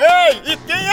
Ei, e quem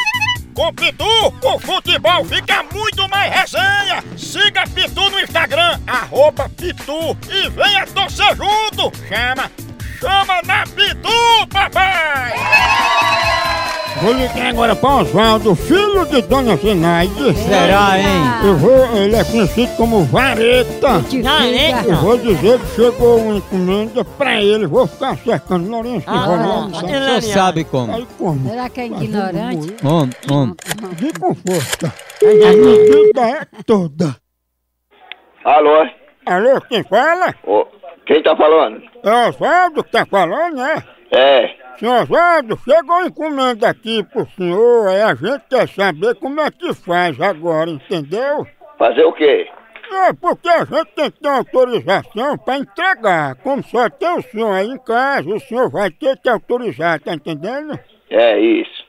Com Pitu, o futebol fica muito mais resenha! Siga Pitu no Instagram, arroba Pitu e venha torcer junto! Chama! Chama na Pitu, papai! Vou ligar agora para Oswaldo, filho de Dona Zinaide. Será, hein? Eu vou, ele é conhecido como Vareta. Eu vou dizer que chegou uma encomenda pra ele, vou ficar cercando Lourenço e Ah, Rolando. sabe? Ele Só é sabe como. Hum, Aí como? Será que é ignorante? Om, om. De conforto. A medida é toda. Alô? Alô, quem fala? Ô, quem tá falando? É Oswaldo que tá falando, né? É, Senhor Oswaldo, chegou uma encomenda aqui pro senhor, aí a gente quer saber como é que faz agora, entendeu? fazer o quê? É porque a gente tem que ter autorização para entregar. Como só tem o senhor aí em casa, o senhor vai ter que autorizar, tá entendendo? É isso.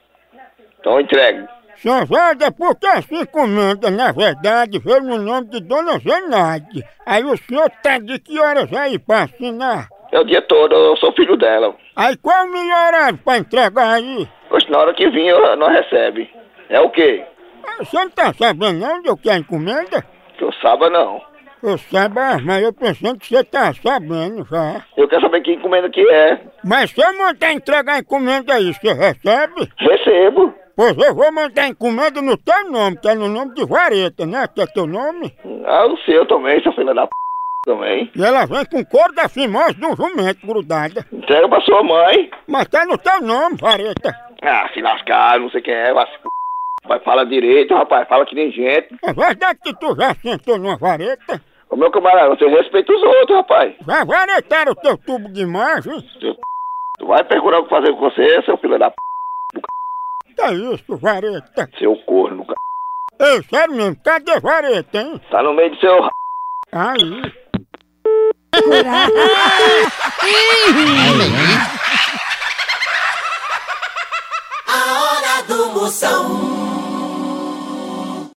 Então entregue. Senhor Zé, é porque essa encomenda, na verdade, veio no nome de Dona Zenaide. Aí o senhor tá de que horas aí pra assinar? É o dia todo, eu sou filho dela. Aí qual é o melhor horário pra entregar aí? Pois na hora que vim, eu- nós recebe. É o quê? Ah, Você não tá sabendo não onde eu quero a encomenda? Que eu saiba não. Eu saiba, mas eu pensando que você tá sabendo já. Eu quero saber que encomenda que é. Mas se eu mandar entregar a encomenda aí, você recebe? Recebo. Pois eu vou mandar a encomenda no teu nome, que é no nome de Vareta, né? Que é teu nome. Ah, o seu também, sua filha da p... também. E ela vem com couro da fimose de um jumento grudada. Entrega pra sua mãe. Mas tá no teu nome, Vareta. Ah, se lascar, não sei quem é, vai se p... Rapaz, fala direito, rapaz, fala que nem gente. É verdade que tu já sentou numa vareta? Ô meu camarada, você respeita os outros, rapaz. Já varetaram o teu tubo de imagem? Tu vai procurar o que fazer com você, seu filho da p... Tá isso, vareta. seu corno do c... Ei, sério mesmo, cadê vareta, hein? Tá no meio do seu... Aí. A hora do Moção.